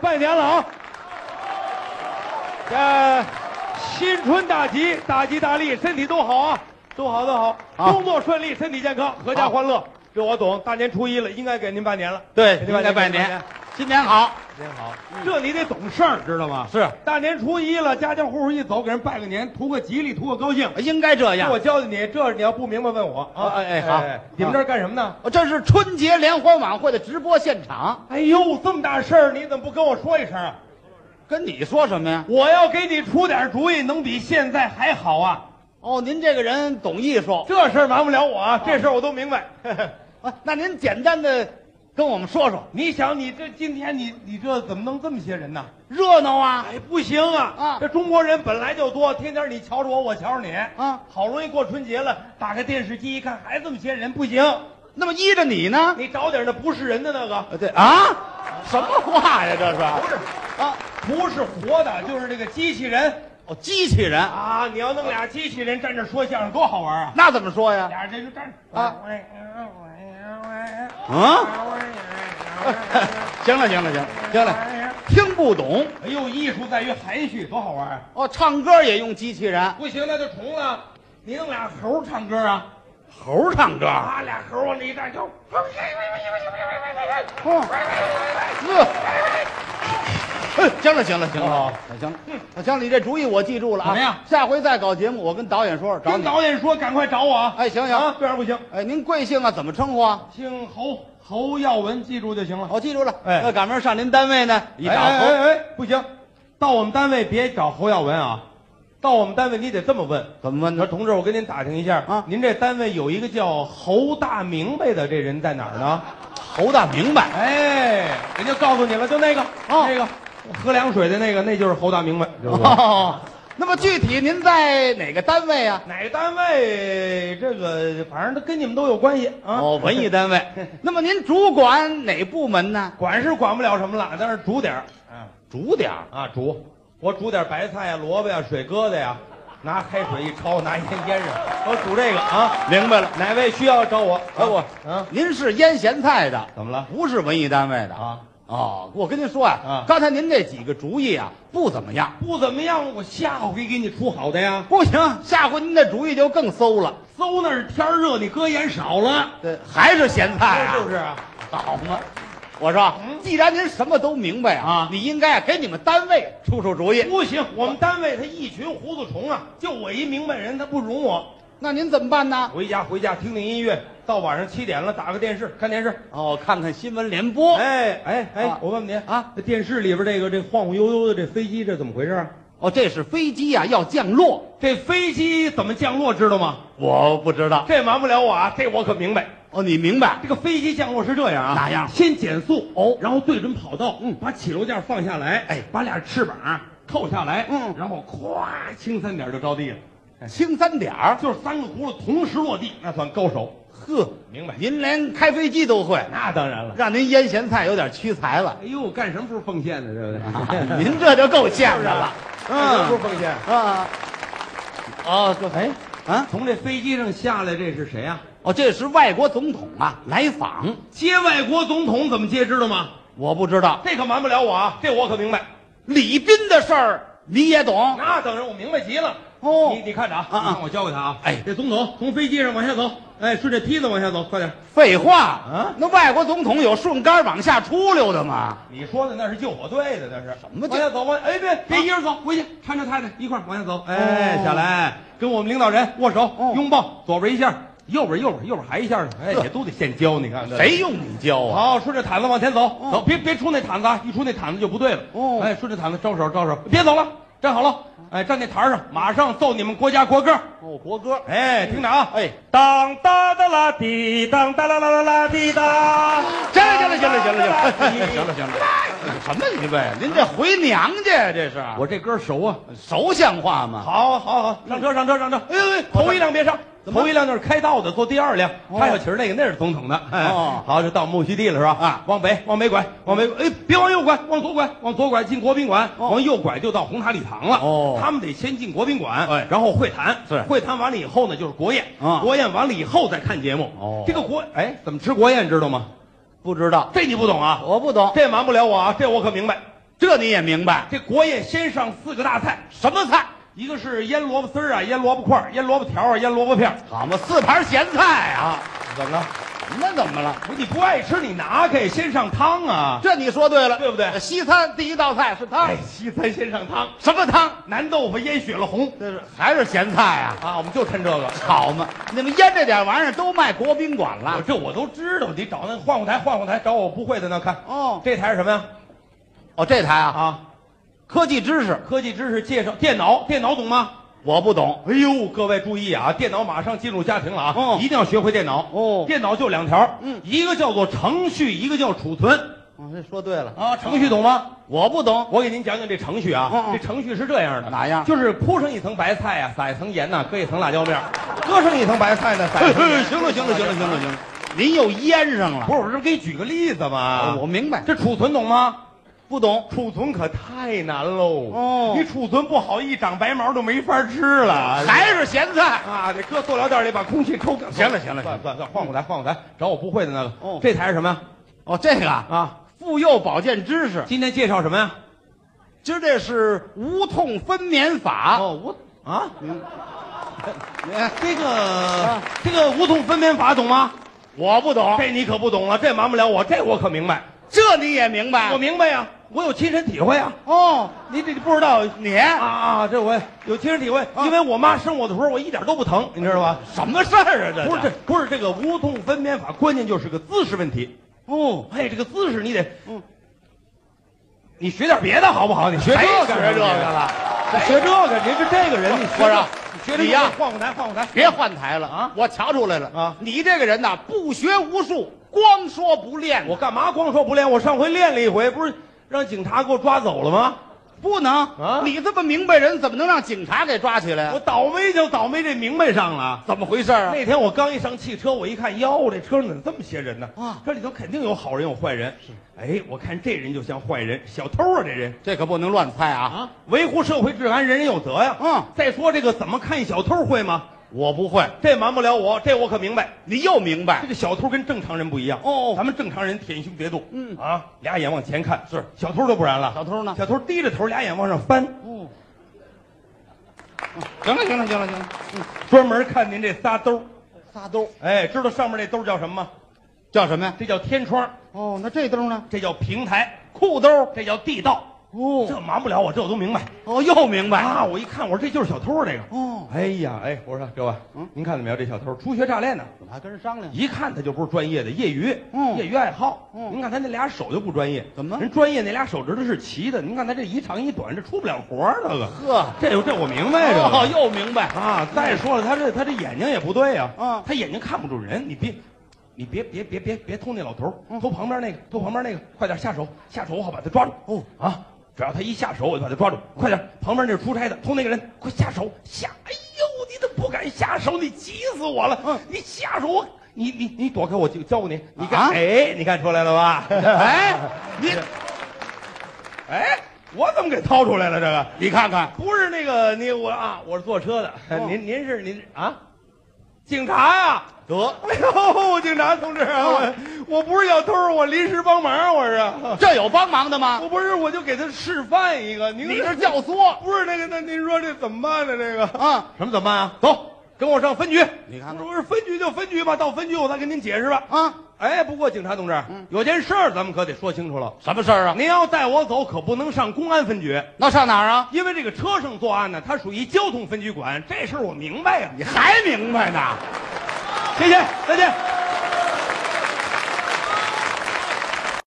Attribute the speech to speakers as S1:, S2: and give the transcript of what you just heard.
S1: 拜年了啊！呃，新春大吉，大吉大利，身体都好啊，都好都好，
S2: 好
S1: 工作顺利，身体健康，阖家欢乐。这我懂，大年初一了，应该给您拜年了。
S2: 对，
S1: 给您
S2: 应该拜
S1: 给您
S2: 年，新年好。嗯
S1: 您好，这你得懂事儿，知道吗？
S2: 是
S1: 大年初一了，家家户户一走，给人拜个年，图个吉利，图个高兴。
S2: 应该这样
S1: 我。教教你，这你要不明白问我啊。
S2: 哎哎好
S1: 你们这儿干什么呢？
S2: 我哦这是春节联欢晚会的直播现场，
S1: 哎呦，这么大事儿，你怎么不跟我说一声啊？
S2: 跟你说什么呀？
S1: 我要给你出点主意，能比现在还好啊！
S2: 哦，您这个人懂艺术，
S1: 这事儿瞒不了我啊，这事儿我都明白。
S2: 啊那您简单的跟我们说说
S1: 你想，你这今天你你这怎么能这么些人呢？
S2: 热闹啊？
S1: 哎，不行啊！
S2: 啊
S1: 这中国人本来就多，天天你瞧着我，我瞧着你
S2: 啊
S1: 好容易过春节了，打开电视机一看，还这么些人，不行，
S2: 那么依着你呢？
S1: 你找点那不是人的那个，
S2: 呃对啊，什么话呀？这是啊？
S1: 不是活的，就是那个机器人
S2: 哦，机器人，
S1: 啊！你要弄俩机器人站这说相声，多好玩啊！
S2: 那怎么说呀？
S1: 俩人这就站着
S2: 啊，
S1: 哎
S2: 啊？行了，行了，行了，行了，听不懂
S1: 哎呦，艺术在于含蓄，多好玩啊！
S2: 哦。唱歌也用机器人，
S1: 不行，那就重了。你弄俩猴儿唱歌啊？
S2: 猴唱歌，
S1: 啊，俩猴儿往这一站，就。
S2: 呵，哼呃哎行了，行了，行了
S1: 好，
S2: 行了，啊行了，你这主意我记住了啊。
S1: 哦怎么样
S2: 下回再搞节目，我跟导演说说，找
S1: 跟
S2: 你。
S1: 导演说，赶快找我啊！
S2: 哎行行
S1: 啊，这样不行，
S2: 哎，您贵姓啊？怎么称呼啊？
S1: 姓侯，侯耀文，记住就行了。
S2: 我记住了。
S1: 哎
S2: 那赶明儿上您单位呢，一
S1: 哎
S2: 找
S1: 哎
S2: 侯，
S1: 哎哎，不行，到我们单位别找侯耀文啊，到我们单位你得这么问。
S2: 怎么问
S1: 你说
S2: 呢？
S1: 同志，我跟您打听一下
S2: 啊
S1: 您这单位有一个叫侯大明白的，这人在哪儿呢？
S2: 啊侯大明白。
S1: 哎，人家告诉你了，就那个，
S2: 哦
S1: 那个喝凉水的那个，那就是侯大明白，知道吧？
S2: 哦，那么具体您在哪个单位啊？
S1: 哪个单位？这个反正都跟你们都有关系啊。
S2: 哦，文艺单位。那么您主管哪部门呢？
S1: 管是管不了什么了，但是煮点儿，嗯
S2: 主点儿
S1: 啊煮，我煮点白菜呀、萝卜呀、水疙瘩呀，拿开水一焯，拿烟腌上，我煮这个啊。
S2: 明白了。
S1: 哪位需要找我？
S2: 哎，我
S1: 啊，
S2: 您是腌咸菜的，
S1: 怎么了？
S2: 不是文艺单位的
S1: 啊，
S2: 哦，我跟您说啊
S1: 啊，
S2: 刚才您这几个主意啊不怎么样，
S1: 不怎么样，我下回给你出好的呀。
S2: 不行，下回您的主意就更馊了。
S1: 馊那是天儿热，你搁盐少了，
S2: 这还是咸菜啊，
S1: 是不是？啊？
S2: 好嘛，我说，既然您什么都明白啊
S1: 啊，
S2: 你应该给你们单位出出主意。
S1: 不行，我们单位他一群糊涂虫啊，就我一明白人，他不容我。
S2: 那您怎么办呢？
S1: 回家回家听听音乐，到晚上七点了，打个电视看电视。
S2: 哦，看看新闻联播。
S1: 哎哎哎
S2: 啊，
S1: 我问问您
S2: 啊，
S1: 这电视里边这个这晃晃悠悠的这飞机，这怎么回事啊？
S2: 哦，这是飞机呀、要降落，
S1: 这飞机怎么降落知道吗？
S2: 我不知道。
S1: 这瞒不了我啊，这我可明白。
S2: 哦，你明白？
S1: 这个飞机降落是这样啊，
S2: 哪样
S1: 先减速
S2: 哦
S1: 然后对准跑道，
S2: 嗯
S1: 把起落架放下来，
S2: 哎
S1: 把俩翅膀啊扣下来，
S2: 嗯
S1: 然后咵轻三点就着地了，
S2: 轻三点儿。
S1: 就是三个轱辘同时落地，那算高手。
S2: 呵，
S1: 明白
S2: 您连开飞机都会，
S1: 那当然了。
S2: 让您腌咸菜有点屈才了。
S1: 哎呦，干什么时候奉献的？对不
S2: 啊
S1: 对？
S2: 您这就够欠着了。
S1: 嗯，
S2: 嗯
S1: 奉献。
S2: 啊，哦，这
S1: 哎，
S2: 啊，
S1: 从这飞机上下来，这是谁啊？
S2: 哦，这是外国总统啊来访，
S1: 接外国总统怎么接知道吗？
S2: 我不知道。
S1: 这可瞒不了我啊，这我可明白。
S2: 李斌的事儿你也懂？
S1: 那当然，我明白极了。
S2: 哦
S1: 你你看着啊，
S2: 啊啊
S1: 你看我教给他啊。
S2: 哎
S1: 这总统从飞机上往下走，哎，顺着梯子往下走，快点。
S2: 废话
S1: 啊
S2: 那外国总统有顺杆往下出溜的吗？
S1: 你说的那是救火队的，那是什
S2: 么救
S1: 往下走，往哎别别一人走，回去搀着太太一块儿往下走。哎，
S2: 哦
S1: 下来跟我们领导人握手
S2: 哦
S1: 拥抱，左边一下，右边右边右边还一下呢。哎，
S2: 呵
S1: 也都得现教，你看这
S2: 谁用你教啊？
S1: 好，顺着毯子往前走，
S2: 哦
S1: 走，别别出那毯子，啊！一出那毯子就不对了。
S2: 哦
S1: 哎，顺着毯子招手招手，别走了，站好了，哎，站那台上，马上奏你们国家国歌。
S2: 哦，国歌。
S1: 哎，听着啊，
S2: 哎，
S1: 当哒哒啦滴，当哒啦啦啦啦滴哒。
S2: 行了行了行了行 了行
S1: 当哒
S2: 了
S1: 哒啦滴
S2: 行了行了，什么你呗？您这回娘家呀这是？
S1: 我这歌熟啊。
S2: 熟像话吗？
S1: 好，好，好，上车，上车，上车。哎呦，哎头一辆别上，头一辆那是开道的，坐第二辆。
S2: 哦
S1: 潘小琴那个那是总统的。哎
S2: 哦，
S1: 好，就到木须地了是吧？
S2: 啊
S1: 往北，往北拐，往北，哎，别往右拐，往左拐，往左拐进国宾馆，
S2: 哦
S1: 往右拐就到红塔礼堂了。
S2: 哦
S1: 他们得先进国宾馆，
S2: 哎
S1: 然后会谈，
S2: 是
S1: 会谈完了以后呢，就是国宴
S2: 啊
S1: 国宴完了以后再看节目。
S2: 哦
S1: 这个国，哎，怎么吃国宴知道吗？
S2: 不知道，哦
S1: 这你不懂啊？
S2: 我不懂。
S1: 这瞒不了我啊，这我可明白。
S2: 这你也明白？
S1: 这国宴先上四个大菜，
S2: 什么菜？
S1: 一个是腌萝卜丝儿啊，腌萝卜块儿，腌萝卜条啊，腌萝卜片儿。
S2: 好嘛，四盘咸菜啊！
S1: 怎么了？
S2: 那怎么了？
S1: 不是你不爱吃，你拿开，先上汤啊！
S2: 这你说对了，
S1: 对不对
S2: 西餐第一道菜是汤
S1: 哎，，西餐先上汤，
S2: 什么汤？
S1: 南豆腐腌雪了红
S2: 这是还是咸菜啊？
S1: 啊，我们就趁这个。
S2: 好嘛，你们腌这点玩意儿都卖国宾馆
S1: 我
S2: 了。
S1: 啊这我都知道，你找那换换台，换换台，找我不会的呢。看
S2: 哦
S1: 这台是什么呀？
S2: 哦，这台啊，
S1: 啊，
S2: 科技知识
S1: 科技知识介绍，电脑，电脑懂吗？
S2: 我不懂。
S1: 哎呦，各位注意啊，电脑马上进入家庭了啊，
S2: 哦
S1: 一定要学会电脑。
S2: 哦
S1: 电脑就两条，
S2: 嗯
S1: 一个叫做程序，一个叫储存
S2: 哦，这说对了，
S1: 啊。程序懂吗？
S2: 我不懂。
S1: 我给您讲讲这程序啊。
S2: 嗯嗯
S1: 这程序是这样的，啊
S2: 哪样
S1: 就是铺上一层白菜啊，撒一层盐呐、搁一层辣椒面儿，搁上一层白菜呢，撒一层 盐。
S2: 行了行了行了行了行了，您又腌上了。
S1: 不是，啊我这不给你举个例子嘛。
S2: 我明白，
S1: 这储存懂吗？
S2: 不懂。
S1: 储存可太难喽。
S2: 哦
S1: 你储存不好，一长白毛就没法吃了。
S2: 还是咸菜。
S1: 啊，得搁塑料袋里把空气抽干。
S2: 行了行了
S1: 算算算，换过台换过台，找我不会的那个。
S2: 哦
S1: 这台是什么呀？
S2: 哦，这个啊，
S1: 啊，
S2: 妇幼保健知识，
S1: 今天介绍什么呀？
S2: 今儿这是无痛分娩法。
S1: 哦，无啊，
S2: 哎
S1: 这个
S2: 啊
S1: 这个无痛分娩法懂吗？
S2: 我不懂，
S1: 这你可不懂了，啊这瞒不了我，这我可明白。
S2: 这你也明白？
S1: 我明白呀，我有亲身体会呀。
S2: 哦，
S1: 你这你不知道
S2: 你
S1: 啊啊，这我有亲身体会，
S2: 啊
S1: 因为我妈生我的时候我一点都不疼，你知道吧？
S2: 什么事儿啊？这
S1: 不是这不是这个无痛分娩法，关键就是个姿势问题。
S2: 哦，
S1: 哎，这个姿势你得，
S2: 嗯
S1: 你学点别的好不好？你学这
S2: 谁
S1: 个
S2: 学
S1: 干什么
S2: 这个了？
S1: 学这个，您是这个人，你
S2: 不是
S1: 学这个
S2: 你呀
S1: 换过台，换过台，
S2: 别换台了
S1: 啊
S2: 啊！我瞧出来了
S1: 啊
S2: 你这个人呐，不学无术，光说不练，
S1: 我干嘛光说不练？我上回练了一回，不是让警察给我抓走了吗？
S2: 不能
S1: 啊
S2: 你这么明白人，怎么能让警察给抓起来啊
S1: 我？倒霉就倒霉这明白上了。
S2: 怎么回事啊？
S1: 那天我刚一上汽车，我一看，哟，这车上怎么这么些人呢？
S2: 啊
S1: 这里头肯定有好人有坏人。是，哎，我看这人就像坏人，小偷啊，这人
S2: 这可不能乱猜啊！
S1: 啊，维护社会治安，人人有责呀。
S2: 嗯
S1: 再说这个怎么看小偷会吗？
S2: 我不会，
S1: 这瞒不了我，这我可明白。
S2: 你又明白
S1: 这个小偷跟正常人不一样
S2: 哦
S1: 咱们正常人舔胸叠肚，
S2: 嗯
S1: 啊，俩眼往前看，是小偷都不然了。
S2: 小偷呢
S1: 小偷低着头，俩眼往上翻，
S2: 哦，行了行了行了行了，
S1: 专门看您这仨兜。
S2: 仨兜
S1: 哎，知道上面那兜叫什么吗？
S2: 叫什么呀？
S1: 这叫天窗，
S2: 哦，那这兜呢？
S1: 这叫平台，
S2: 裤兜
S1: 这叫地道。这
S2: 哦
S1: 瞒不了我，这我都明白
S2: 哦，又明白
S1: 啊！我一看，我说这就是小偷啊，这个。
S2: 哦，
S1: 哎呀，哎，我说各位，
S2: 嗯
S1: 您看见没有？这小偷初学乍练呢，
S2: 怎么还跟人商量？
S1: 一看他就不是专业的，业余，
S2: 嗯
S1: 业余爱好。
S2: 嗯
S1: 您看他那俩手就不专业，
S2: 怎么
S1: 人专业那俩手指头是齐的，您看他这一长一短，这出不了活儿，这个。
S2: 呵，
S1: 这这我明白这个。
S2: 哦，又明白
S1: 啊，再说了，他这他这眼睛也不对呀、
S2: 嗯
S1: 他眼睛看不准人，你别，你别别别别别偷那老头儿，
S2: 嗯
S1: 偷旁边那个，偷旁边那个，快点下手，下手我好把他抓住。
S2: 哦
S1: 啊，只要他一下手，我就把他抓住，快点，旁边那是出差的，偷那个人，快下手下！哎呦，你怎么不敢下手？你急死我了！
S2: 嗯
S1: 你下手我，你你你躲开我，就教你，你看，
S2: 啊
S1: 哎，你看出来了吧？
S2: 哎，你
S1: 哎，我怎么给掏出来了这个？
S2: 你看看，
S1: 不是那个你我啊，我是坐车的。
S2: 哦
S1: 您您是您啊，警察呀、
S2: 得
S1: 哎呦，警察同志啊，我
S2: 啊
S1: 我不是小偷，我临时帮忙，我是。
S2: 这有帮忙的吗？
S1: 我不是，我就给他示范一个。您
S2: 你这教唆
S1: 不是那个？那您说这怎么办呢？这个
S2: 啊！
S1: 什么怎么办啊？走，跟我上分局。
S2: 你看看
S1: 不是分局就分局吧，到分局我再跟您解释吧。
S2: 啊，
S1: 哎，不过警察同志，有件事儿咱们可得说清楚了。
S2: 什么事儿啊？
S1: 您要带我走，可不能上公安分局。
S2: 那上哪儿啊？
S1: 因为这个车上作案呢，它属于交通分局管，这事儿我明白呀、
S2: 你还明白呢？
S1: 谢谢，再见。